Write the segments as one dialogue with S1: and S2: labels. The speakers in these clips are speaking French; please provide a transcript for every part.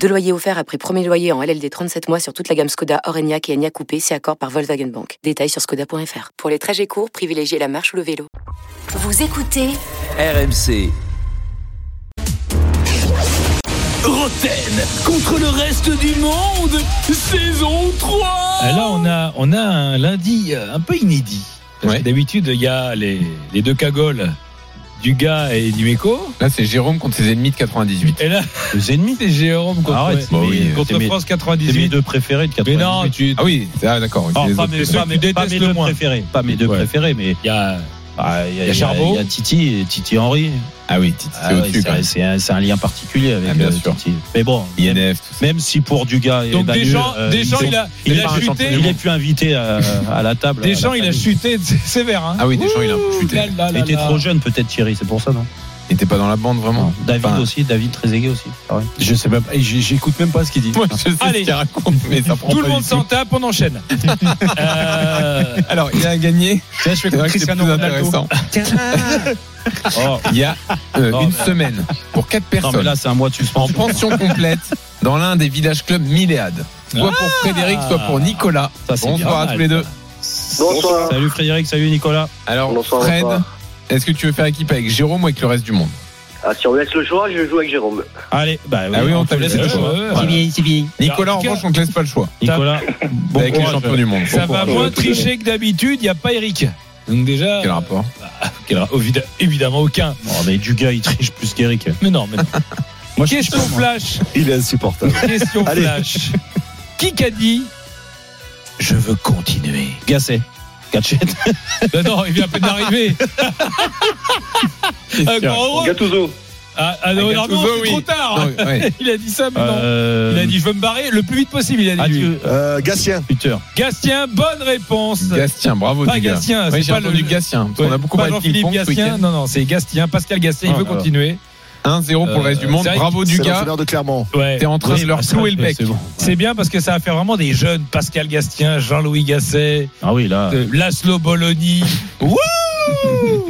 S1: Deux loyers offerts après premier loyer en LLD 37 mois sur toute la gamme Skoda, Orenia et Enya Coupé, si accord par Volkswagen Bank. Détails sur skoda.fr. Pour les trajets courts, privilégiez la marche ou le vélo.
S2: Vous écoutez
S3: RMC. Roten contre le reste du monde, saison 3
S4: Euh, Là, on a, on a un lundi euh, un peu inédit. Parce que
S5: Ouais.
S4: D'habitude, il y a les, les deux cagoles du gars et du méco.
S5: Là, c'est Jérôme contre ses ennemis de 98.
S4: Et là,
S6: Les ennemis
S4: c'est Jérôme contre,
S6: Arrête,
S4: mais-
S6: bah oui,
S4: contre
S6: c'est mes-
S4: France
S6: T'es mes
S4: 98.
S6: deux préférés de 98.
S4: Mais non, tu,
S5: Ah oui, c'est- ah, d'accord. ok,
S6: Oh,
S5: les
S6: pas,
S5: autres.
S6: mes,
S4: ceux
S6: pas
S4: que
S6: mes-
S4: tu
S6: pas mes
S4: détestes
S6: deux
S4: le moins.
S6: préférés. Pas mes deux
S4: Ouais.
S6: préférés, mais
S4: il y a,
S6: bah, il y, a-
S4: Il y a
S6: il y a-
S4: Charbot.
S6: il y a Titi, et Titi Henry.
S5: Ah oui, Titi,
S6: Ah
S5: c'est
S6: ouais,
S5: au-dessus.
S6: c'est-
S5: quand même.
S6: c'est un, c'est un lien particulier avec
S5: Ah, bien
S6: euh,
S5: sûr.
S6: Titi. Mais bon, même,
S5: INF, tout ça.
S6: même si pour Dugas et
S4: donc
S6: Banu,
S4: Deschamps,
S6: euh,
S4: Deschamps,
S6: ils
S4: il a,
S6: ont-
S4: il
S6: il
S4: a
S6: est-
S4: chuté.
S6: il est plus invité à, euh, à la table.
S4: Deschamps,
S6: à la
S4: il a
S6: famille.
S4: chuté c'est sévère. Hein.
S5: Ah oui, Deschamps, il a un peu chuté.
S4: Là, là,
S6: Il
S4: là,
S6: était
S4: là.
S6: trop jeune peut-être Thierry, c'est pour ça non
S5: Il était Hein, pas dans la bande vraiment.
S6: Hein, David
S5: Enfin,
S6: aussi, David Trezeguet aussi. pareil.
S4: Je sais même, j'écoute même pas ce qu'il dit.
S5: Moi, je sais
S4: Allez.
S5: ce qu'il raconte, mais ça prend
S4: Tout
S5: pas
S4: le
S5: du
S4: monde
S5: tout.
S4: s'en tape, on enchaîne. Euh,
S5: Alors, il a gagné.
S4: tiens, je fais
S5: C'est
S4: comme
S5: vrai que c'est plus
S4: Cristiano Ronaldo.
S5: intéressant.
S6: Oh,
S5: Il y a euh,
S6: Non,
S5: une
S6: mais-
S5: semaine pour quatre
S6: non mais
S5: personnes
S6: là c'est un mois de
S5: en
S6: suspension.
S5: pension complète dans l'un des villages clubs Milléade. Soit pour Frédéric, soit pour Nicolas.
S6: Ah. Ça, c'est bien
S5: Bonsoir à
S6: mal.
S5: tous les deux.
S7: Bonsoir.
S6: Salut Frédéric, salut Nicolas.
S5: Alors,
S7: Bonsoir,
S5: Fred,
S7: bonsoir.
S5: est-ce que tu veux faire équipe avec Jérôme ou avec le reste du monde
S7: Ah, si on me laisse le choix, je joue avec Jérôme.
S6: Allez, bah,
S5: Ah oui, on
S6: te
S5: t'a laissé
S4: Euh,
S5: le choix.
S4: euh,
S5: Voilà.
S6: c'est bien.
S5: Nicolas, en
S4: Nicolas-
S5: revanche, on te laisse pas le choix.
S6: Nicolas, bon
S5: avec les
S6: courage.
S5: champions du monde.
S4: Ça
S5: Bon
S4: va
S5: courage.
S4: moins tricher que d'habitude, il n'y a pas Eric. Donc déjà,
S5: Quel rapport
S4: quel ra- évid- évidemment aucun.
S6: Oh, mais du gars, il triche plus qu'Eric.
S4: Mais non, mais non.
S6: Moi, je
S4: Question flash,
S6: Il est insupportable.
S4: question
S6: Allez.
S4: flash. Qui qu'a dit Je veux continuer.
S6: Gasset. Gatchette.
S4: Ben non, il vient à peine d'arriver. Ah, grand heureux.
S7: Gattuso.
S4: Ah, ah, non, non,
S5: Gattuso,
S4: c'est
S5: oui.
S4: trop tard.
S5: Non, Ah ouais.
S4: Il a dit ça, mais non.
S6: Euh,
S4: Il a dit je veux me barrer le plus vite possible. Il a dit. lui.
S6: Adieu.
S8: Euh, Gatien.
S6: Peter.
S4: Gastien, bonne réponse.
S5: Gastien, bravo
S4: Pas
S5: du gars.
S4: Gastien,
S5: Oui,
S4: c'est
S5: j'ai
S4: pas le.
S5: entendu Gastien. parce qu'on a beaucoup
S4: pas
S5: parlé de
S4: Jean-Philippe
S5: ping-pong ce
S4: Gastien,
S5: week-end.
S4: non, non, c'est Gastien, Pascal Gastien, il
S6: Ah,
S4: veut
S6: alors.
S4: continuer.
S5: 1-0 pour le reste du monde.
S4: Euh, c'est
S5: Bravo
S8: C'est
S5: du gars.
S8: l'entraîneur de Clermont.
S4: Ouais.
S5: T'es en train
S4: Oui,
S5: de leur
S4: bah, ça,
S5: clouer le bec.
S6: C'est bon.
S4: C'est bien parce que ça va faire vraiment des jeunes. Pascal Gastien, Jean-Louis Gasset,
S6: Ah oui, là.
S4: euh, Laszlo Bologna. Wouh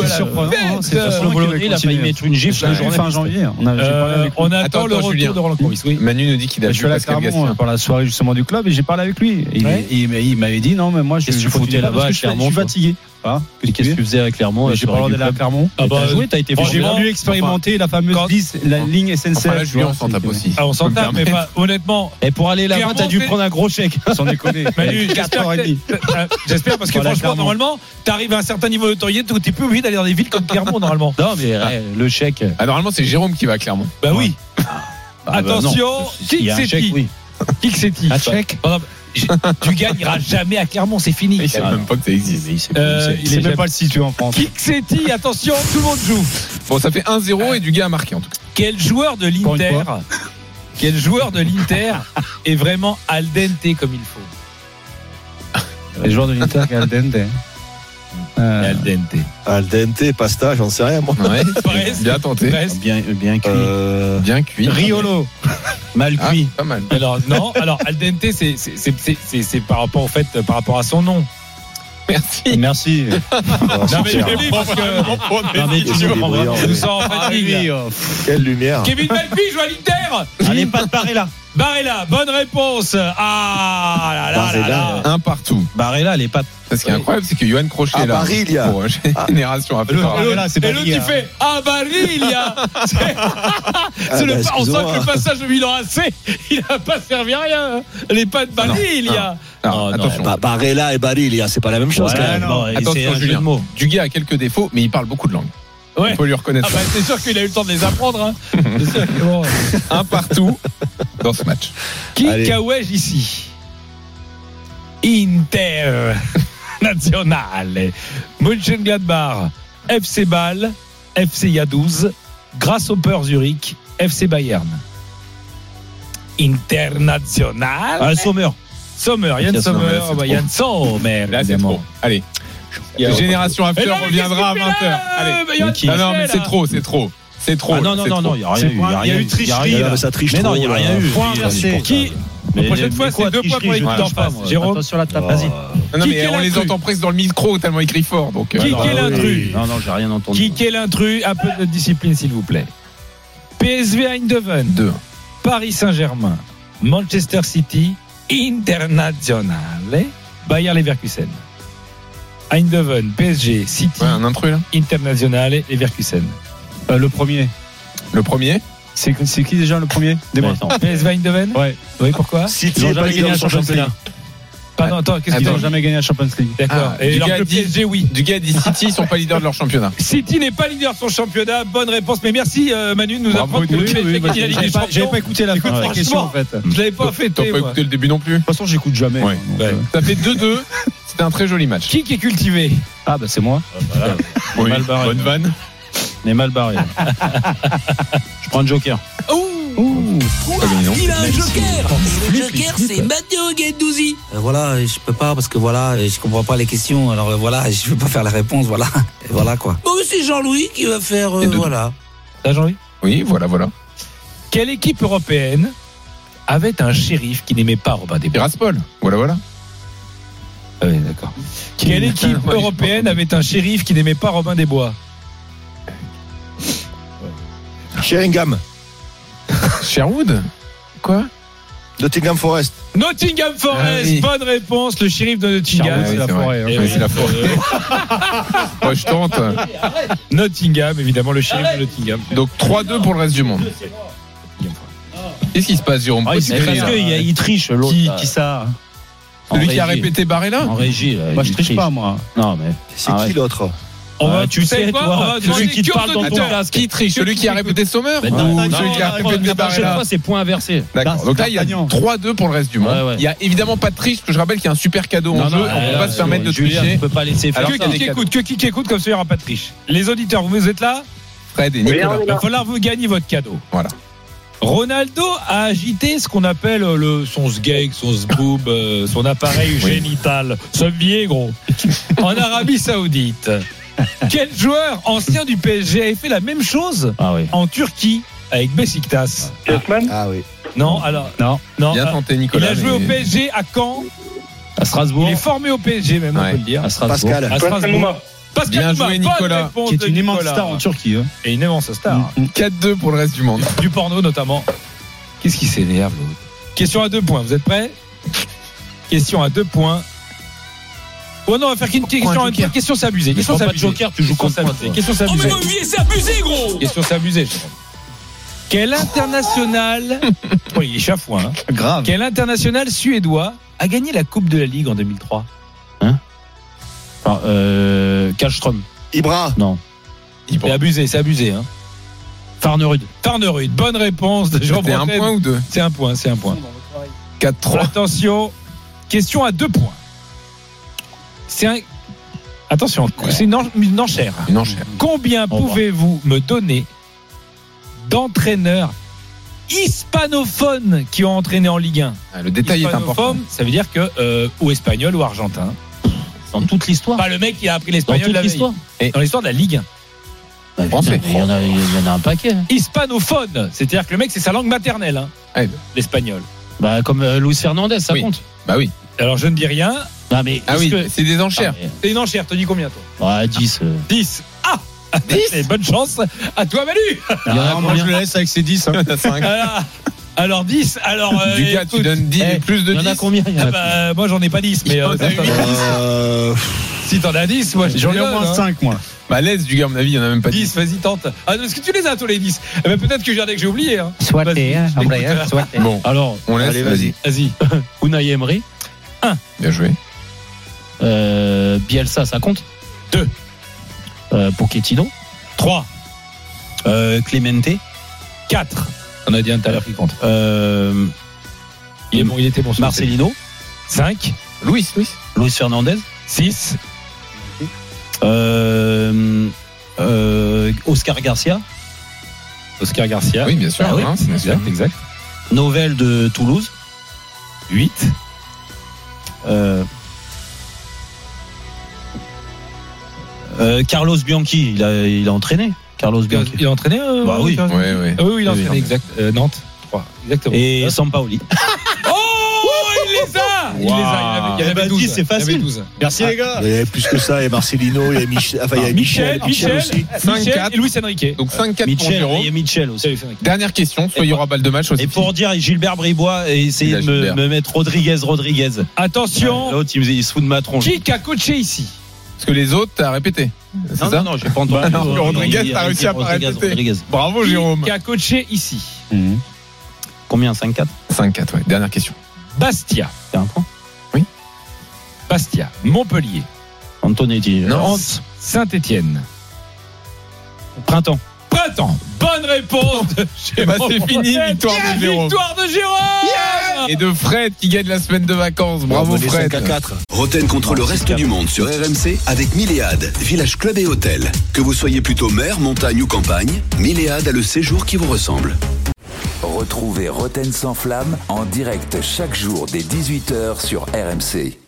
S6: C'est surprenant. hein, C'est surprenant. Bologna, il a failli mettre une gifle
S5: Ouais,
S6: le jour fin janvier.
S9: On a, j'ai parlé
S4: Euh,
S9: avec lui.
S4: on attend
S5: Attends,
S4: le
S5: attends,
S4: retour
S5: Julien.
S4: de Roland Courbis. Oui.
S5: Manu nous dit qu'il a
S9: je
S5: vu
S9: suis allé à
S5: Pascal
S9: Clermont euh,
S6: hein.
S5: Gastien.
S9: par la soirée justement du club et j'ai parlé avec lui. Et il-
S4: Ouais.
S9: il, m'a- il m'avait dit non mais moi je,
S6: Qu'est-ce que tu
S9: je continue
S6: foutais
S9: pas
S6: là-bas,
S9: parce que je, suis- je
S6: Clermont,
S9: suis fatigué. Hein Que tu
S6: Qu'est-ce que
S9: veux
S6: tu faisais avec Clermont
S9: Mais J'ai pas le droit d'aller à Clermont.
S4: Ah
S6: Ah
S4: bah,
S6: bah, joué, t'as été
S4: franchement,
S9: J'ai
S6: formidable.
S9: voulu expérimenter la fameuse
S4: quand-
S9: 10, la ligne SNCF.
S5: Enfin là, Julien, on s'en tape aussi.
S4: Ah, on s'en
S5: Faut me
S4: tape, mais pas- honnêtement,
S6: Et pour aller là-bas,
S4: Clermont,
S6: t'as dû
S4: c'est-
S6: prendre un gros chèque.
S9: Sans déconner.
S4: Manu, j'espère que
S9: h
S4: t'es- euh, j'espère parce que
S6: Oh,
S9: Voilà,
S4: franchement,
S9: Clermont.
S4: normalement, t'arrives à un certain niveau de notoriété où t'es plus obligé d'aller dans des villes comme Clermont, normalement.
S6: Non, mais eh, le chèque.
S5: Ah, normalement, c'est Jérôme qui va à Clermont.
S4: Bah oui,
S6: Ah, bah, non.
S4: Attention,
S6: S'il y a un
S4: qui c'est
S6: chèque,
S4: qui
S6: oui.
S4: qui que c'est qui
S6: Un chèque
S4: Non, non, j- Tu gagneras jamais à Clermont, c'est fini.
S5: Il sait
S6: Ah,
S5: même pas que ça existe.
S4: Euh,
S9: Il est même pas le situé en France.
S4: Qui que c'est qui Attention, tout le monde joue.
S5: Bon, ça fait 1-0 et du gars a marqué en tout cas.
S4: Quel joueur de
S9: Pour une
S4: l'Inter Quel joueur de l'Inter est vraiment al dente comme il faut
S9: Les joueurs de l'Inter Galdente.
S6: Ah.
S9: Euh,
S4: dente.
S8: Al dente, pasta, j'en sais rien, moi.
S5: Ouais,
S4: Presque.
S5: bien tenté.
S4: Presque.
S6: Bien, bien cuit.
S8: Euh,
S5: Bien cuit.
S6: Riolo. Mal
S5: Ah,
S6: cuit.
S5: pas mal.
S4: Alors non, alors al dente c'est c'est- c'est- c'est- c'est- c'est par rapport au fait euh, par rapport à son nom.
S5: Merci.
S6: Merci.
S8: oh,
S4: Non mais
S8: super.
S4: je l'ai parce que
S6: Non, mais tu
S8: Il est
S6: me prends
S8: brillant.
S6: vraiment.
S4: nous sommes en
S6: Ah
S4: fatigue.
S6: oui,
S4: là.
S6: oh.
S8: Quelle lumière.
S4: Kevin Malpi joue à l'Inter.
S6: Allez, pas de parer là.
S4: Barella, bonne réponse. Ah là là là là.
S8: Barella.
S5: Un partout.
S6: Barrella, elle est pas.
S5: Ce qui est incroyable, c'est que Johan Crochet
S8: À
S5: est là.
S8: Paris, il y a.
S5: Pour, euh, Génération
S4: Et
S5: Afro.
S4: l'autre-
S9: c'est
S4: et l'autre il
S9: Barilla.
S4: fait Ah Barilla C'est- c'est le-
S8: bah,
S4: On sent
S8: excuse-moi.
S4: que le passage de Milan AC Il n'a pas servi à rien hein. Les pas de Barilla
S5: Alors,
S6: Oh, non.
S5: attention.
S8: Bah, Barella et Barilla, c'est pas la même chose, quand
S6: Voilà,
S8: même.
S6: non,
S5: Attention,
S6: c'est un jeu
S5: Julien.
S6: de mots.
S5: Dugas a quelques défauts, mais il parle beaucoup de langues.
S4: Ouais.
S5: On peut lui
S4: Ah
S5: reconnaître.
S4: bah c'est sûr qu'il a eu le temps de les apprendre hein. C'est sûr que bon.
S5: Un partout dans ce match.
S4: Qui
S8: Allez.
S4: cahouège ici Inter National Mönchengladbach FC Bâle FC Yaduz Grasshopper Zurich FC Bayern International
S6: Ah, Sommer.
S4: Sommer, Yann
S6: Yann
S4: Sommer,
S5: Sommer, c'est
S4: bah,
S5: trop.
S4: Yann Sommer,
S5: Là, c'est
S4: évidemment.
S5: trop. Allez. Il y a Génération After reviendra à 20h. Allez. Non, non, mais c'est trop, c'est trop. C'est trop.
S6: Ah non, non,
S5: c'est
S6: non, non,
S5: trop.
S6: il n'y a rien
S9: C'est
S6: eu. il y a
S9: pas- il y a
S6: rien
S9: eu tricherie,
S6: il y a
S9: là.
S6: rien
S8: mais ça triche
S6: Mais non,
S8: trop,
S6: il n'y a
S8: voilà.
S6: rien eu.
S8: Point
S6: Vas-y,
S8: inversé.
S6: pour qui
S4: La
S6: Mais
S4: prochaine
S6: mais
S4: fois,
S6: quoi,
S4: c'est deux points pour
S6: tricherie,
S4: l'équipe
S6: je
S4: d'en
S6: lâche pas,
S4: face.
S6: moi.
S4: Jérôme,
S6: Attention à la tape, vas-y.
S5: Non, non,
S4: Qui
S5: mais
S4: quel
S5: on les
S4: intrus
S5: entend presque dans le micro tellement ils crient fort. Donc, euh,
S4: Qui
S5: non,
S4: quel intrus
S6: Non, non, j'ai rien entendu.
S4: Qui est l'intrus Un peu de discipline, s'il vous plaît. PSV Eindhoven,
S5: deux.
S4: Paris Saint-Germain, Manchester City, Internazionale, Bayer Leverkusen. Eindhoven, PSG, City,
S5: Ouais, un intrus là.
S4: Internazionale, Leverkusen.
S9: Euh, le premier.
S5: Le premier.
S9: C'est c'est qui déjà le premier Dis-moi.
S4: PSV Eindhoven
S9: Ouais.
S4: Oui, pourquoi
S8: City
S9: Ils
S8: est
S9: n'ont
S8: pas
S9: jamais gagné
S8: leader
S9: la
S8: de
S9: Champions
S8: Champions
S9: League.
S8: League.
S4: Pardon, attends, qu'est-ce
S9: Ils
S4: qu'ils
S9: n'ont
S4: ont
S9: jamais gagné la Champions League.
S4: D'accord.
S5: Ah,
S4: Et
S5: du
S4: alors
S5: gars
S4: que le
S5: dit-
S4: PSG, oui.
S5: Du gars dit City, ils sont pas leaders de leur championnat.
S4: City n'est pas leader de son championnat. Bonne réponse. Mais merci, euh, Manu, de nous
S5: Bravo,
S4: apprendre que
S5: Manu.
S4: le
S5: Oui,
S4: PSG
S5: oui,
S4: gagne la Ligue des
S9: J'avais pas, j'avais
S4: Champions.
S9: pas écouté la fin de la
S4: Écoute,
S9: question en fait. De
S4: Je l'avais pas fait.
S5: T'as pas écouté le début non plus.
S9: toute façon, j'écoute jamais.
S5: Ouais.
S9: moi, donc,
S4: Ouais.
S9: euh.
S5: Ça fait 2-2. C'était un très joli match.
S4: Qui est cultivé
S9: Ah bah c'est moi.
S5: Oui,
S9: mal barré.
S5: Bonne vanne.
S9: On est mal
S4: Ah,
S9: barré. Je prends le Joker. Ouh.
S3: Il a un joker Et le joker, c'est Matteo Guendouzi
S2: Euh, voilà, je peux pas parce que voilà, je comprends pas les questions. Alors euh, voilà, je peux pas faire la réponse. Voilà, Et voilà quoi. Bon, mais c'est Jean-Louis qui va faire. euh,
S5: Et de-
S2: voilà.
S4: T'as Jean-Louis
S5: Oui, voilà, voilà.
S4: Quelle équipe européenne avait un shérif qui n'aimait pas Robin des Bois
S5: Tiraspol. Voilà, voilà.
S4: Ah oui, d'accord. Quelle équipe
S5: Ouais,
S4: européenne avait un shérif qui n'aimait pas Robin des Bois
S8: Sheringham,
S5: Sherwood. Quoi
S8: Nottingham Forest.
S4: Nottingham Forest,
S5: Ah oui.
S4: bonne réponse, le shérif de Nottingham.
S5: Ah oui,
S4: c'est la
S5: c'est
S4: forêt,
S5: vrai.
S4: hein.
S5: Oui, c'est la forêt. Ouais, je tente.
S4: Nottingham, évidemment, le shérif de Nottingham.
S5: Donc 3-2 pour le reste du monde. Qu'est-ce qui se passe, Jérôme
S6: Ah, il s'est
S5: Pourquoi tu
S6: parce
S5: cries, là
S6: qu'il y a- il triche l'autre.
S9: Qui,
S6: là.
S9: qui ça
S6: En
S5: Celui qui a
S6: régie.
S5: répété Barrella
S6: En régie, là,
S9: Moi
S6: il
S9: je triche pas moi.
S6: Non, mais.
S8: C'est
S6: Ah ouais.
S8: qui l'autre
S6: On va,
S4: Euh,
S6: tu
S4: vous savez
S6: sais,
S4: quoi
S6: toi,
S4: On va demander
S6: celui qui te
S4: cure
S6: parle dans ton
S4: d'auditeur.
S6: casque.
S5: Qui triche Celui qui a répété Sommer
S6: Mais
S5: Ou
S6: Bah, non, non,
S5: celui qui a
S6: non, non,
S5: répété
S6: la prochaine
S5: Barrella
S6: fois, c'est point inversé.
S5: D'accord.
S9: c'est
S5: Donc là, il y a
S9: D'Artagnan.
S5: 3-2 pour le reste du
S6: Ouais,
S5: monde.
S6: ouais.
S5: Il y a évidemment pas de triche, parce que je rappelle qu'il y a un super cadeau en
S6: Non,
S5: jeu.
S6: non,
S5: On
S6: euh,
S5: va
S6: là,
S5: se permettre de
S6: Julien,
S5: tricher.
S6: Tu peux pas laisser faire
S5: Alors,
S4: Que
S5: t'as
S6: ça.
S4: qui
S5: des
S4: écoute, que qui écoute, comme ça il n'y aura pas de triche. Les auditeurs, vous, vous êtes là
S5: Fred et
S7: Mais
S5: Nicolas.
S7: on est
S4: Ah, Il va
S7: là.
S4: falloir vous gagner votre cadeau.
S5: Voilà.
S4: Ronaldo a agité ce qu'on appelle euh, le son sgeg, son sboob, euh, son appareil génital, son vieil gros, en Arabie Saoudite. Quel joueur ancien du PSG avait fait la même chose
S6: Ah oui.
S4: en Turquie avec Besiktas
S8: Ah oui.
S4: Non, alors
S9: Non.
S4: non.
S5: Bien
S4: euh,
S5: tenté,
S4: il
S5: Nicolas.
S4: a joué
S5: mais-
S4: au PSG à Caen.
S6: À Strasbourg.
S4: Il est formé au PSG même, on
S5: Ouais.
S4: peut le dire.
S6: À Strasbourg.
S8: Pascal.
S4: À Strasbourg. Ah,
S5: Bien
S4: Pascal Nouma,
S5: joué,
S4: bonne
S5: Nicolas.
S4: réponse
S9: Qui est
S4: de
S9: une immense
S4: Nicolas.
S9: star en Turquie. hein.
S4: Et une immense star.
S5: 4-2 pour le reste du monde.
S4: du porno notamment. Qu'est-ce qui s'énerve l'autre Question à deux points, vous êtes prêts Question à deux points. Oh non, on va faire qu'une question,
S5: Pourquoi un
S4: une
S5: joker
S4: question s'abuser. Question
S6: prends pas de
S4: s'abuser.
S6: joker, tu joues
S4: Question
S6: contre moi,
S4: s'abuser.
S6: toi.
S4: Question
S3: Oh mais
S4: s'abuser.
S3: mon billet, c'est abusé, gros
S4: Question s'abuser. je crois. Quel international Oh, il est chafouin. hein.
S9: Grave.
S4: Quel international suédois a gagné la Coupe de la Ligue en 2003
S6: Ah, euh, Kallström.
S8: Ibra,
S4: C'est abusé, c'est abusé. Hein.
S6: Farnerud.
S4: Tarnerud, bonne réponse de Jean
S5: C'était un
S4: Bretagne.
S5: point ou deux
S4: C'est un point, c'est un point.
S5: 4-3.
S4: Attention, question à deux points. C'est un. Attention, c'est une, en- une enchère.
S5: Une enchère.
S4: Combien
S6: Au revoir.
S4: pouvez-vous me donner d'entraîneurs hispanophones qui ont entraîné en Ligue 1
S5: Ah, Le détail est important.
S4: Hispanophones, ça veut dire que. euh, ou espagnol ou argentin.
S6: Dans toute l'histoire.
S4: Pas le mec qui a appris
S6: Oh. Dans
S4: l'espagnol
S6: toute
S4: la veille.
S6: l'histoire.
S4: Dans l'histoire de la Ligue 1.
S6: Bah, putain,
S5: Français.
S6: mais Il y, en a- il y en a un paquet. hein.
S4: Hispanophone, c'est-à-dire que le mec, c'est sa langue maternelle, hein,
S5: Ouais.
S4: l'espagnol.
S6: Bah, comme euh, Luis Fernandez, ça
S5: Oui.
S6: compte.
S5: Bah oui.
S4: Alors je ne dis rien.
S6: Non, mais.
S5: Ah
S6: est-ce
S5: oui,
S6: que-
S5: c'est des enchères.
S6: Ah, mais-
S4: C'est une enchère, te dis combien toi
S6: Ah, 10. euh.
S4: 10. Ah 10 Bonne chance à toi, Manu
S6: Il y en a
S9: Ah, moi je
S6: combien
S9: le laisse avec ses 10. hein.
S5: T'as cinq.
S4: Alors, alors 10, alors. euh,
S5: Du gars, tu
S4: écoute,
S5: donnes 10
S6: eh,
S5: plus de bah,
S6: Il y en a
S5: 10.
S6: combien il y en
S4: ah
S6: a
S4: bah, moi j'en ai pas 10, mais euh,
S5: Il y en a
S4: ça,
S5: huit.
S4: ça va.
S8: euh,
S4: si t'en as 10, moi
S9: J'en ai au moins
S4: 5.
S9: 5 moi.
S5: Bah l'aise du gars, à mon avis, il y en a même pas 10.
S4: 10, hein. vas-y, tente. Ah, non, est-ce que tu les as tous les 10 eh ben, Peut-être que j'ai un que j'ai oublié. Hein.
S2: Soit
S4: Vas-y, je t'écoute.
S5: Bon,
S6: Alors,
S5: on laisse.
S8: Allez, vas-y.
S4: Vas-y.
S6: hein, Unai Emery,
S5: Bien joué.
S6: euh, Bielsa, ça compte
S4: Deux.
S6: Euh, Pochettino,
S4: 3,
S6: euh, Clemente,
S4: 4. On a dit un tout à l'heure qui compte.
S6: euh,
S4: Il, est bon, il était bon.
S6: Marcelino,
S4: 5,
S5: Louis, Louis.
S6: Luis Fernandez,
S4: 6,
S6: euh, euh, Oscar Garcia,
S4: Oscar Garcia.
S5: Oui, bien sûr.
S6: Ah oui,
S5: hein, bien sûr.
S4: exact, exact.
S6: Novelle de Toulouse,
S4: 8.
S6: euh, Euh, Carlos Bianchi, il a, il a entraîné. Carlos
S4: Il a,
S6: Bianchi.
S4: il a entraîné euh,
S6: Bah oui.
S4: Carlos
S5: Ouais, ouais.
S4: Ah oui, oui, il a
S6: Oui,
S4: entraîné,
S6: oui.
S4: exact. Euh, Nantes, 3. Exactement.
S6: Et Sampaoli.
S4: Oh, il les a Il les a, il y en avait- il y en
S6: Eh ben,
S4: avait
S6: dis,
S4: 12.
S6: c'est
S4: Il y en avait
S6: facile.
S4: 12.
S10: Merci
S6: Ah,
S10: les gars.
S8: Il y avait plus que ça, il y a Marcelino, il y a Michel. Enfin, il y a
S4: Michel,
S8: Michel,
S4: Michel,
S8: aussi.
S4: Ah, Michel
S5: 5-4.
S4: et Luis Enrique.
S5: Donc 5-4 pour
S6: Mitchell, il y a
S5: Jérôme.
S6: Mitchell aussi.
S4: C'est Luis Enrique.
S5: Dernière question, soit il y aura balle de match, soit
S6: Et
S5: c'est
S6: pour dire Gilbert Bribois, et
S5: Il
S6: essayer
S5: a
S6: de me,
S5: Gilbert.
S6: me mettre Rodriguez, Rodriguez.
S4: Attention,
S6: L'autre, il, me- il se fout de ma tronche.
S4: qui a coaché ici
S5: Parce que les autres, t'as répété. C'est
S6: non,
S5: ça
S6: non, non, j'ai pas entendu.
S5: Bah non, que Rodriguez,
S6: Rodriguez,
S5: t'as réussi à pas
S6: Rodriguez,
S5: répéter.
S6: Rodriguez.
S5: Bravo Oh, Jérôme.
S4: Qui a coaché ici
S6: Combien 5-4
S5: 5-4, ouais. Dernière question.
S4: Bastia,
S6: C'est un point.
S4: Bastia, Montpellier,
S6: Antonetti. euh,
S4: Nantes, Saint-Étienne.
S6: Printemps.
S4: Printemps. Bonne réponse. de
S5: Eh ben, c'est
S4: Jérôme.
S5: fini, victoire
S4: Yeah,
S5: de Jérôme.
S4: Victoire de Jérôme.
S6: Ah.
S5: Et de Fred qui gagne la semaine de vacances. Bravo
S8: Bravo, les
S5: Fred.
S8: 5 à 4.
S11: Roten contre le reste du monde sur RMC avec Milléade, village club et hôtel. Que vous soyez plutôt mer, montagne ou campagne, Milléade a le séjour qui vous ressemble.
S12: Retrouvez Roten sans flamme en direct chaque jour dès 18h sur RMC.